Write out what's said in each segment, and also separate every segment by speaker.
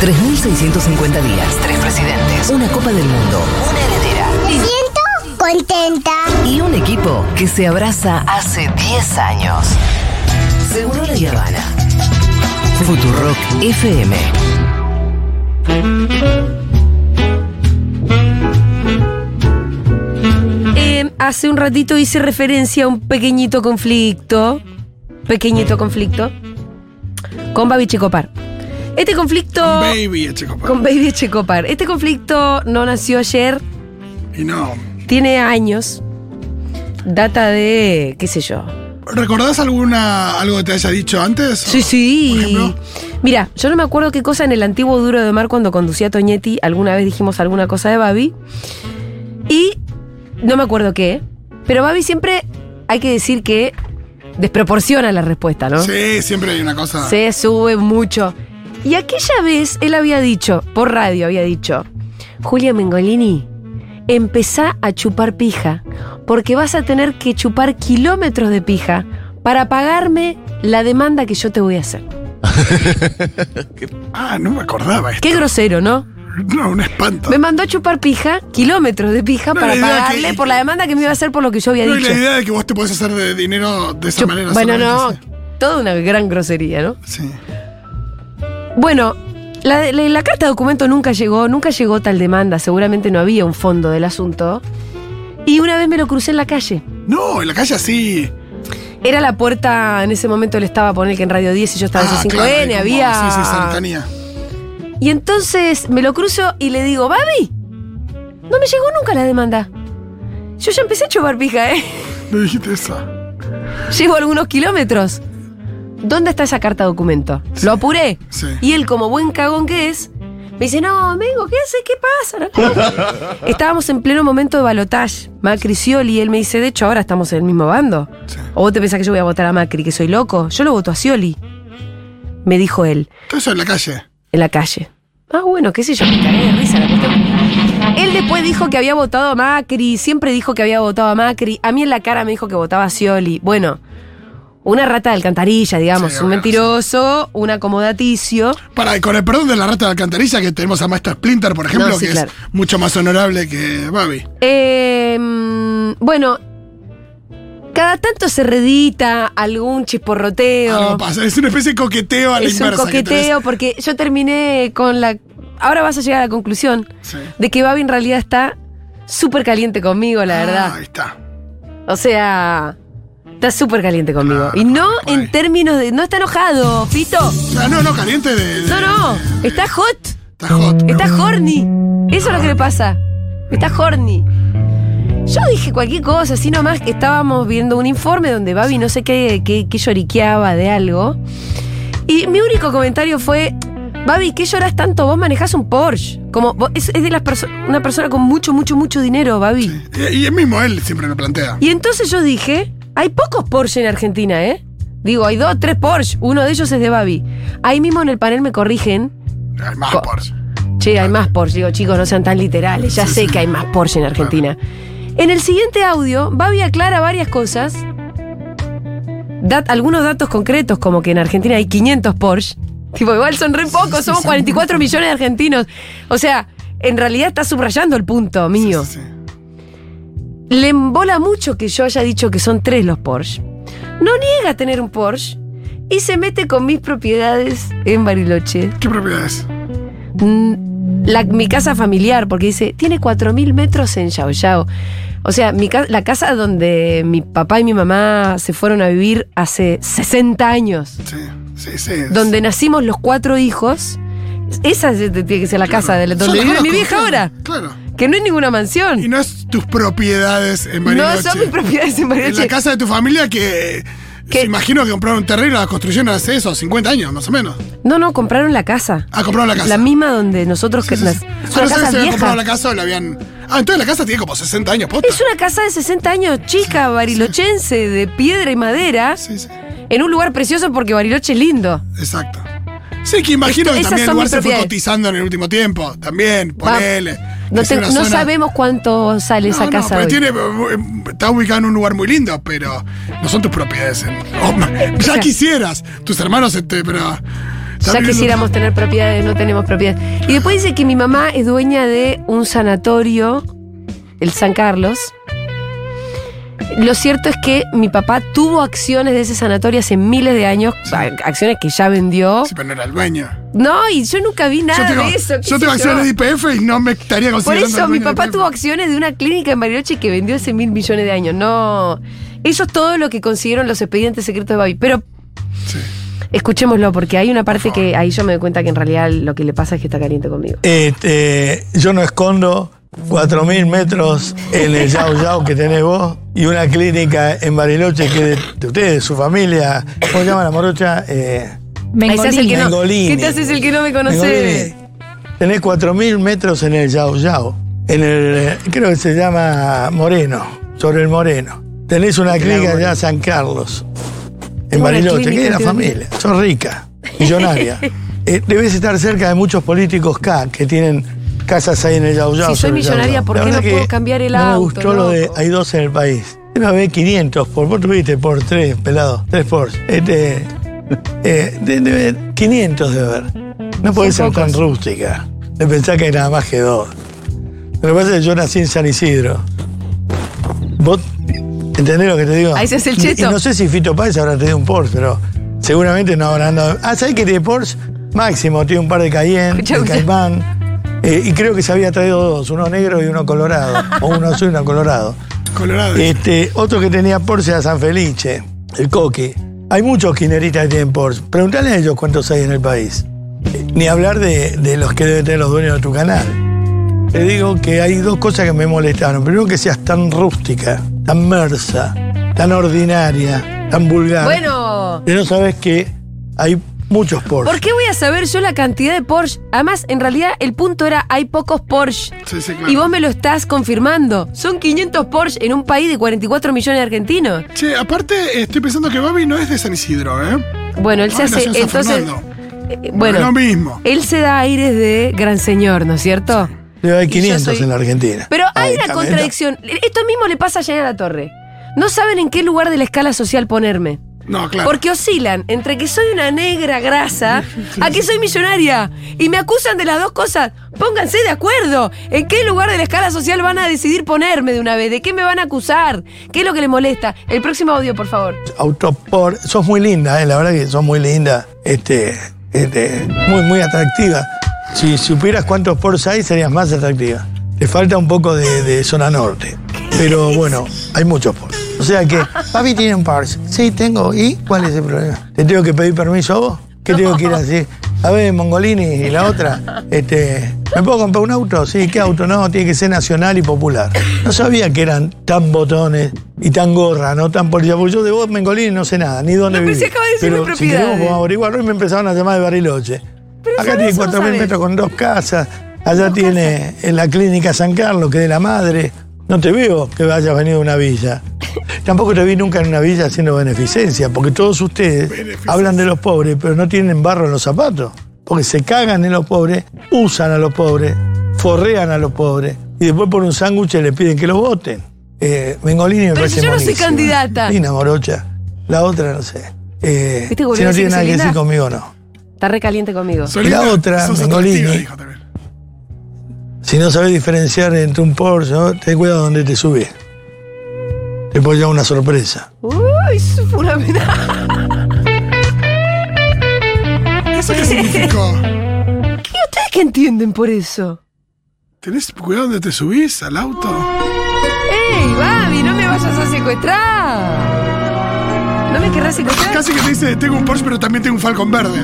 Speaker 1: 3.650 días, tres presidentes, una Copa del Mundo, una heredera
Speaker 2: Me siento contenta.
Speaker 1: y un equipo que se abraza hace 10 años. Seguro La Habana. Futurock FM.
Speaker 3: Eh, hace un ratito hice referencia a un pequeñito conflicto. Pequeñito conflicto. Con Babi Checopar. Este conflicto.
Speaker 4: Baby, chico. pues.
Speaker 3: Con Baby Checopar. Este conflicto no nació ayer,
Speaker 4: Y no.
Speaker 3: tiene años. Data de. qué sé yo.
Speaker 4: ¿Recordás alguna algo que te haya dicho antes?
Speaker 3: Sí,
Speaker 4: Por
Speaker 3: sí.
Speaker 4: ejemplo.
Speaker 3: Mira, yo no me acuerdo qué cosa en el antiguo Duro de Mar cuando conducía Toñetti, alguna vez dijimos alguna cosa de Babi. Y no me acuerdo qué. Pero Babi siempre hay que decir que desproporciona la respuesta, ¿no?
Speaker 4: Sí, siempre hay una cosa.
Speaker 3: Se sube mucho. Y aquella vez él había dicho, por radio había dicho, Julia Mengolini, empezá a chupar pija, porque vas a tener que chupar kilómetros de pija para pagarme la demanda que yo te voy a hacer.
Speaker 4: Ah, no me acordaba esto.
Speaker 3: Qué grosero, ¿no?
Speaker 4: No, un espanto.
Speaker 3: Me mandó a chupar pija, kilómetros de pija,
Speaker 4: No,
Speaker 3: para
Speaker 4: la idea
Speaker 3: pagarle
Speaker 4: que-
Speaker 3: por la demanda que me iba a hacer por lo que yo había
Speaker 4: No, y
Speaker 3: dicho.
Speaker 4: la idea de que vos te podés hacer de dinero de esa
Speaker 3: Yo-
Speaker 4: manera.
Speaker 3: bueno, no,
Speaker 4: solamente,
Speaker 3: toda una gran grosería, ¿no?
Speaker 4: Sí. Sí.
Speaker 3: Bueno, la, la- la carta de documento nunca llegó, nunca llegó tal demanda, seguramente no había un fondo del asunto. Y una vez me lo crucé en la calle.
Speaker 4: No, en la calle así.
Speaker 3: Era la puerta, en ese momento él estaba, poner que en Radio 10 y yo estaba
Speaker 4: Ah,
Speaker 3: en C5N,
Speaker 4: claro, hay como-
Speaker 3: había...
Speaker 4: Sí, sí, cercanía.
Speaker 3: Y entonces me lo cruzo y le digo, Babi, no me llegó nunca la demanda. Yo ya empecé a chupar pija, ¿eh?
Speaker 4: Me dijiste eso.
Speaker 3: Llevo algunos kilómetros. ¿Dónde está esa carta documento? Lo apuré.
Speaker 4: Sí.
Speaker 3: Y él, como buen cagón que es, me dice, no, Mengo, ¿qué haces? ¿Qué pasa? No, no". Estábamos en pleno momento de balotaje. Macri Scioli, y él me dice, de hecho, ahora estamos en el mismo bando.
Speaker 4: Sí.
Speaker 3: ¿O vos te pensás que yo voy a votar a Macri, que soy loco? Yo lo voto a Scioli. Me dijo él,
Speaker 4: Todo eso en la calle.
Speaker 3: en la calle. Ah, bueno, qué sé yo, me cagué de risa la cuestión. Él después dijo que había votado a Macri, siempre dijo que había votado a Macri. A mí en la cara me dijo que votaba a Scioli. Bueno, una rata de alcantarilla, digamos,
Speaker 4: Sí,
Speaker 3: un
Speaker 4: obvio,
Speaker 3: mentiroso, un acomodaticio.
Speaker 4: Para, y con el perdón de la rata de alcantarilla que tenemos a Maestro Splinter, por ejemplo,
Speaker 3: No, sí,
Speaker 4: que
Speaker 3: claro.
Speaker 4: es mucho más honorable que Babi.
Speaker 3: Eh, mm, bueno, cada tanto se redita algún
Speaker 4: Algo
Speaker 3: chisporroteo.
Speaker 4: pasa. Es una especie de coqueteo a Ah, la
Speaker 3: Es un
Speaker 4: inversa. que tenés.
Speaker 3: coqueteo porque yo terminé con la... Ahora vas a llegar a la conclusión
Speaker 4: Sí.
Speaker 3: de que Babi en realidad está súper caliente conmigo, la verdad.
Speaker 4: Ah, ahí está.
Speaker 3: O sea, está súper caliente conmigo.
Speaker 4: Claro,
Speaker 3: Y Ah, no
Speaker 4: por ahí.
Speaker 3: en términos de... No está enojado, Fito.
Speaker 4: Ah, no, no, caliente de. de-
Speaker 3: No, no. Está hot.
Speaker 4: Está hot.
Speaker 3: Está horny. Eso es lo que le pasa. Está horny. Yo dije cualquier cosa, así nomás que estábamos viendo un informe donde Babi no sé qué, qué, qué lloriqueaba de algo. Y mi único comentario fue, Babi, ¿qué lloras tanto? Vos manejás un Porsche. Como vos- es, es de las perso- una persona con mucho, mucho, mucho dinero, Babi.
Speaker 4: Y, y el mismo él siempre lo plantea.
Speaker 3: Y entonces yo dije, hay pocos Porsche en Argentina, ¿eh? Digo, hay dos, tres Porsche. Uno de ellos es de Babi. Ahí mismo en el panel me corrigen.
Speaker 4: Hay más
Speaker 3: Co-
Speaker 4: Porsche.
Speaker 3: Che, hay más Porsche. Digo, chicos, no sean tan literales. Ya sé que hay más Porsche en Argentina. En el siguiente audio, Babi aclara varias cosas. Da algunos datos concretos, como que en Argentina hay 500 Porsche. Tipo, igual son re pocos,
Speaker 4: sí,
Speaker 3: somos
Speaker 4: son
Speaker 3: 44 millones de argentinos. O sea, en realidad está subrayando el punto mío.
Speaker 4: Sí, sí, sí.
Speaker 3: Le embola mucho que yo haya dicho que son tres los Porsche. No niega tener un Porsche y se mete con mis propiedades en Bariloche.
Speaker 4: ¿Qué propiedades?
Speaker 3: Mm, la- mi casa familiar, porque dice, tiene 4.000 metros en Yao Yao. O sea, mi ca- la casa donde mi papá y mi mamá se fueron a vivir hace 60 años,
Speaker 4: Sí, sí, sí.
Speaker 3: donde nacimos los cuatro hijos, esa es- tiene que ser la casa de la-
Speaker 4: Son
Speaker 3: donde vive mi
Speaker 4: las cosas
Speaker 3: vieja
Speaker 4: como-
Speaker 3: ahora,
Speaker 4: Claro.
Speaker 3: que no es ninguna mansión.
Speaker 4: Y no es tus propiedades en
Speaker 3: No
Speaker 4: Bariloche.
Speaker 3: son mis propiedades en
Speaker 4: En la
Speaker 3: Bariloche.
Speaker 4: casa de tu familia que.
Speaker 3: ¿Qué?
Speaker 4: se imagino que compraron un terreno y la construyeron hace eso, 50 años más o menos.
Speaker 3: No, no, compraron la casa.
Speaker 4: Ah, compraron la casa.
Speaker 3: La misma donde nosotros...
Speaker 4: Sí,
Speaker 3: que
Speaker 4: sí,
Speaker 3: nac- Es
Speaker 4: sí. Ah,
Speaker 3: una
Speaker 4: no sabía si
Speaker 3: casa
Speaker 4: habían
Speaker 3: vieja.
Speaker 4: comprado la casa o la habían. Ah, entonces la casa tiene como 60 años, posta.
Speaker 3: Es una casa de 60 años, chica, barilochense, de piedra y madera.
Speaker 4: Sí, sí.
Speaker 3: En un lugar precioso porque Bariloche es lindo.
Speaker 4: Exacto. Sí, que imagino
Speaker 3: Esto- Este,
Speaker 4: que
Speaker 3: esas
Speaker 4: también el
Speaker 3: son
Speaker 4: lugar
Speaker 3: mis
Speaker 4: se fue
Speaker 3: propiedades.
Speaker 4: cotizando en el último tiempo. También,
Speaker 3: Va-
Speaker 4: ponele.
Speaker 3: no,
Speaker 4: que es
Speaker 3: te-
Speaker 4: una
Speaker 3: no
Speaker 4: zona-
Speaker 3: sabemos cuánto sale esa
Speaker 4: No, no,
Speaker 3: casa.
Speaker 4: pero
Speaker 3: hoy.
Speaker 4: tiene, eh, está ubicada en un lugar muy lindo, pero no son tus propiedades. en- oh, ma- ya
Speaker 3: sea-
Speaker 4: quisieras, tus hermanos, este, pero Está
Speaker 3: Ya
Speaker 4: viviendo-
Speaker 3: quisiéramos tener propiedades, no tenemos propiedades. Y después dice que mi mamá es dueña de un sanatorio, el San Carlos. Lo cierto es que mi papá tuvo acciones de ese sanatorio hace miles de años, a- acciones que ya vendió.
Speaker 4: Sí, pero no era el dueño.
Speaker 3: No, y yo nunca vi nada
Speaker 4: yo tengo,
Speaker 3: de eso. qué
Speaker 4: yo
Speaker 3: sé
Speaker 4: tengo acciones de IPF y no me estaría
Speaker 3: Por
Speaker 4: considerando.
Speaker 3: eso
Speaker 4: el
Speaker 3: mi
Speaker 4: dueño de
Speaker 3: papá
Speaker 4: IPF.
Speaker 3: tuvo acciones de una clínica en Bariloche que vendió hace mil millones de años. No. Eso es todo lo que consiguieron los expedientes secretos de Babi. Pero
Speaker 4: Sí.
Speaker 3: escuchémoslo, porque hay una parte que ahí yo me doy cuenta que en realidad lo que le pasa es que está caliente conmigo.
Speaker 5: Este, yo no escondo 4.000 metros en el Yao Yao que tenés vos y una clínica en Bariloche que es de, de ustedes, de su familia. ¿Cómo se llama la morocha? Eh,
Speaker 3: Ahí se hace el que no.
Speaker 5: Mengolini.
Speaker 3: ¿Qué te haces el que no me conoces?
Speaker 5: Mengolini. Tenés 4.000 metros en el Yao Yao. En el, eh, creo que se llama Moreno, sobre el Moreno. Tenés una clínica allá en San Carlos, en
Speaker 3: Tengo una
Speaker 5: Bariloche,
Speaker 3: clínica,
Speaker 5: que es la
Speaker 3: tengo-
Speaker 5: familia. Sos rica, millonaria. Eh, debes estar cerca de muchos políticos K que tienen casas ahí en el Yao Yao.
Speaker 3: Si soy
Speaker 5: sobre el Yao
Speaker 3: millonaria,
Speaker 5: Yao.
Speaker 3: ¿por
Speaker 5: La
Speaker 3: qué no
Speaker 5: verdad
Speaker 3: puedo
Speaker 5: que
Speaker 3: cambiar el
Speaker 5: no
Speaker 3: auto,
Speaker 5: Me gustó lo de
Speaker 3: loco?
Speaker 5: hay dos en el país. Una vez 500, por vos tuviste por tres, pelado. Tres por. Este, eh, de- de- 500 de ver. No puede ser tan rústica. De pensar que hay nada más que dos. Lo que pasa es que yo nací en San Isidro. ¿Vos entendés lo que te digo?
Speaker 3: Ahí se hace Ah, el
Speaker 5: Y-
Speaker 3: cheto.
Speaker 5: Y no sé si Fito Páez habrá tenido un Porsche, pero seguramente no habrá andado. Ah, ¿sabés que tiene Porsche? Máximo, tiene un par de Cayenne,
Speaker 3: Escuchá,
Speaker 5: de
Speaker 3: escuchá.
Speaker 5: Caimán. Eh, y creo que se había traído dos, uno negro y uno colorado. o uno azul y uno colorado.
Speaker 4: Colorado.
Speaker 5: Este, otro que tenía Porsche era San Felice, el Coqui. Hay muchos kirchneristas que tienen Porsche. Preguntale a ellos cuántos hay en el país. Eh, Ni hablar de, de los que deben tener los dueños de tu canal. Te digo que hay dos cosas que me molestaron. Primero que seas tan rústica, tan mersa, tan ordinaria, tan vulgar.
Speaker 3: Bueno,
Speaker 5: Que no sabes que hay muchos Porsche.
Speaker 3: ¿por qué voy a saber yo la cantidad de Porsche? Además, en realidad el punto era hay pocos Porsche.
Speaker 4: Sí, sí, claro.
Speaker 3: Y vos me lo estás confirmando. Son 500 Porsche en un país de 44 millones de argentinos.
Speaker 4: Che, aparte, estoy pensando que Babi no es de San Isidro, ¿eh?
Speaker 3: Bueno, él se
Speaker 4: Ay,
Speaker 3: hace.
Speaker 4: nació en San
Speaker 3: Entonces.
Speaker 4: Fernando.
Speaker 3: eh,
Speaker 4: Es lo
Speaker 3: Bueno,
Speaker 4: mismo.
Speaker 3: él se da aires de gran señor, ¿no es cierto?
Speaker 5: Pero hay
Speaker 3: Y yo
Speaker 5: 500
Speaker 3: soy-
Speaker 5: en la Argentina.
Speaker 3: Pero hay
Speaker 5: Ay,
Speaker 3: una
Speaker 5: Camila.
Speaker 3: contradicción. Esto mismo le pasa a Yanina La Torre. No saben en qué lugar de la escala social ponerme.
Speaker 4: No, claro.
Speaker 3: Porque oscilan entre que soy una negra grasa a que soy millonaria. Y me acusan de las dos cosas. Pónganse de acuerdo. ¿En qué lugar de la escala social van a decidir ponerme de una vez? ¿De qué me van a acusar? ¿Qué es lo que le molesta? El próximo audio, por favor.
Speaker 5: autopor. Sos muy linda, eh, la verdad que sos muy linda. Este, este, muy, muy atractiva. Si supieras cuántos poros hay, serías más atractiva. Te falta un poco de, de zona norte. Pero bueno, hay muchos poros. O sea que, papi tiene un Porsche. Sí, tengo. ¿Y cuál es el problema? ¿Te tengo que pedir permiso a vos? ¿Qué tengo que ir a decir? A ver, Mongolini y la otra. Este, ¿Me puedo comprar un auto? Sí, ¿qué auto? No, tiene que ser nacional y popular. No sabía que eran tan botones y tan gorra, no tan policía. Porque yo de vos, Mengolini, no sé nada, ni dónde
Speaker 3: No, pero
Speaker 5: vivís.
Speaker 3: si acaba de decir
Speaker 5: Pero
Speaker 3: mis
Speaker 5: si querés
Speaker 3: propiedades.
Speaker 5: vos averiguarlo y me empezaron a llamar de Bariloche. Acá
Speaker 3: solo
Speaker 5: tiene
Speaker 3: eso no
Speaker 5: 4.000
Speaker 3: sabés.
Speaker 5: metros con dos casas. Allá tiene en la clínica San Carlos, que es de la madre. No te veo que hayas venido a una villa. Tampoco te vi nunca en una villa haciendo beneficencia, porque todos ustedes hablan de los pobres, pero no tienen barro en los zapatos. Porque se cagan en los pobres, usan a los pobres, forrean a los pobres, y después por un sándwich le piden que lo voten. Eh, Mengolini me
Speaker 3: Pero
Speaker 5: parece
Speaker 3: si yo no soy
Speaker 5: monísima.
Speaker 3: candidata.
Speaker 5: Linda morocha. La otra no sé. Eh,
Speaker 3: ¿Viste que volvió
Speaker 5: si
Speaker 3: a
Speaker 5: no
Speaker 3: decir que
Speaker 5: tiene nada
Speaker 3: soy
Speaker 5: que
Speaker 3: linda?
Speaker 5: decir conmigo, no.
Speaker 3: Está recaliente conmigo.
Speaker 4: Solita,
Speaker 5: la otra,
Speaker 4: sos
Speaker 5: Mengolini.
Speaker 4: atractiva, dijo también.
Speaker 5: Si no sabes diferenciar entre un Porsche, ¿no? ten cuidado donde te subes. Te puede llevar una sorpresa.
Speaker 3: Uy, eso fue una amenaza.
Speaker 4: ¿Eso qué significó?
Speaker 3: ¿Qué ustedes qué entienden por eso?
Speaker 4: ¿Tenés cuidado donde te subís al auto?
Speaker 3: ¡Ey, Babi, no me vayas a secuestrar! ¿No me querrás secuestrar?
Speaker 4: Casi que te dice, tengo un Porsche, pero también tengo un Falcon verde.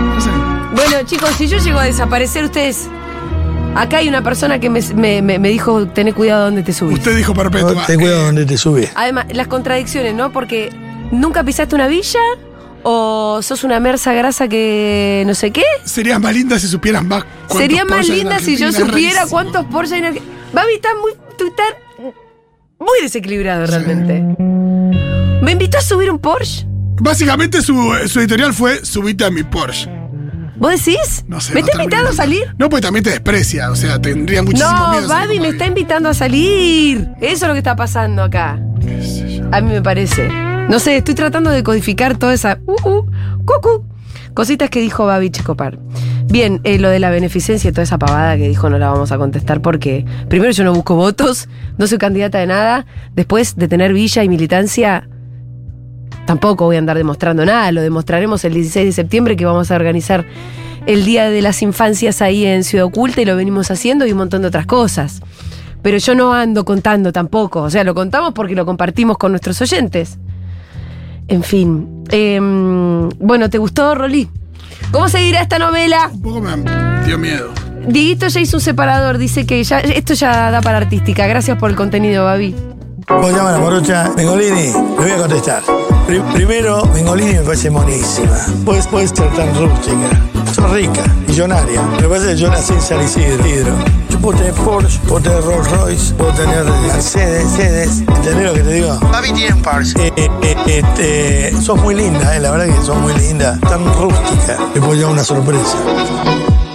Speaker 4: No sé.
Speaker 3: Bueno, chicos, si yo llego a desaparecer, ustedes. Acá hay una persona que me, me- me- me dijo: tené cuidado donde te subís.
Speaker 4: Usted dijo
Speaker 5: ¿no?
Speaker 4: perpetua.
Speaker 5: Ten cuidado donde te subes.
Speaker 3: Además, las contradicciones, ¿no? Porque nunca pisaste una villa o sos una mersa grasa que no sé qué.
Speaker 4: Serías más linda si supieras más. cuántos
Speaker 3: Sería más
Speaker 4: Porsche hay en
Speaker 3: linda si yo
Speaker 4: Argentina,
Speaker 3: supiera
Speaker 4: rarísimo.
Speaker 3: cuántos Porsche hay en Arge- Babi está muy. tú estás muy desequilibrado realmente. ¿Me invitó a subir un Porsche?
Speaker 4: Básicamente su, su editorial fue subite a mi Porsche.
Speaker 3: ¿Vos decís?
Speaker 4: No sé.
Speaker 3: ¿Me
Speaker 4: no
Speaker 3: está
Speaker 4: termino.
Speaker 3: invitando a salir?
Speaker 4: No, pues también te desprecia. O sea, tendría muchísimo miedo.
Speaker 3: No,
Speaker 4: salir
Speaker 3: Babi
Speaker 4: con
Speaker 3: me está invitando a salir. Eso es lo que está pasando acá.
Speaker 4: Qué sé yo.
Speaker 3: A mí me parece. No sé, estoy tratando de codificar toda esa. Uh, uh, cucu, Cositas que dijo Babich Copar. Bien, eh, lo de la beneficencia y toda esa pavada que dijo no la vamos a contestar porque, primero, yo no busco votos, no soy candidata de nada. Después de tener villa y militancia, tampoco voy a andar demostrando nada. Lo demostraremos el 16 de septiembre que vamos a organizar el Día de las Infancias ahí en Ciudad Oculta y lo venimos haciendo y un montón de otras cosas. Pero yo no ando contando tampoco. O sea, lo contamos porque lo compartimos con nuestros oyentes. En fin. eh, bueno, ¿te gustó, Rolí? ¿Cómo seguirá esta novela?
Speaker 4: Un poco me dio miedo.
Speaker 3: Dieguito ya hizo un separador, dice que ya, esto ya da para artística. Gracias por el contenido, Babi.
Speaker 5: Vos llaman a Morocha, Mengolini, le voy a contestar. Pri- primero, Mengolini me parece monísima. Puedes, puedes ser tan rústica. Sos rica, millonaria. Lo que pasa es que yo nací en San Isidro. Isidro. Yo puedo tener Porsche, puedo tener Rolls Royce, puedo tener eh, Mercedes, Mercedes. ¿Entendés lo que te digo? eh, Papi tiene Porsche. este, eh, sos muy linda, eh, la verdad que sos muy linda. Tan rústica. Te puedo llevar una sorpresa.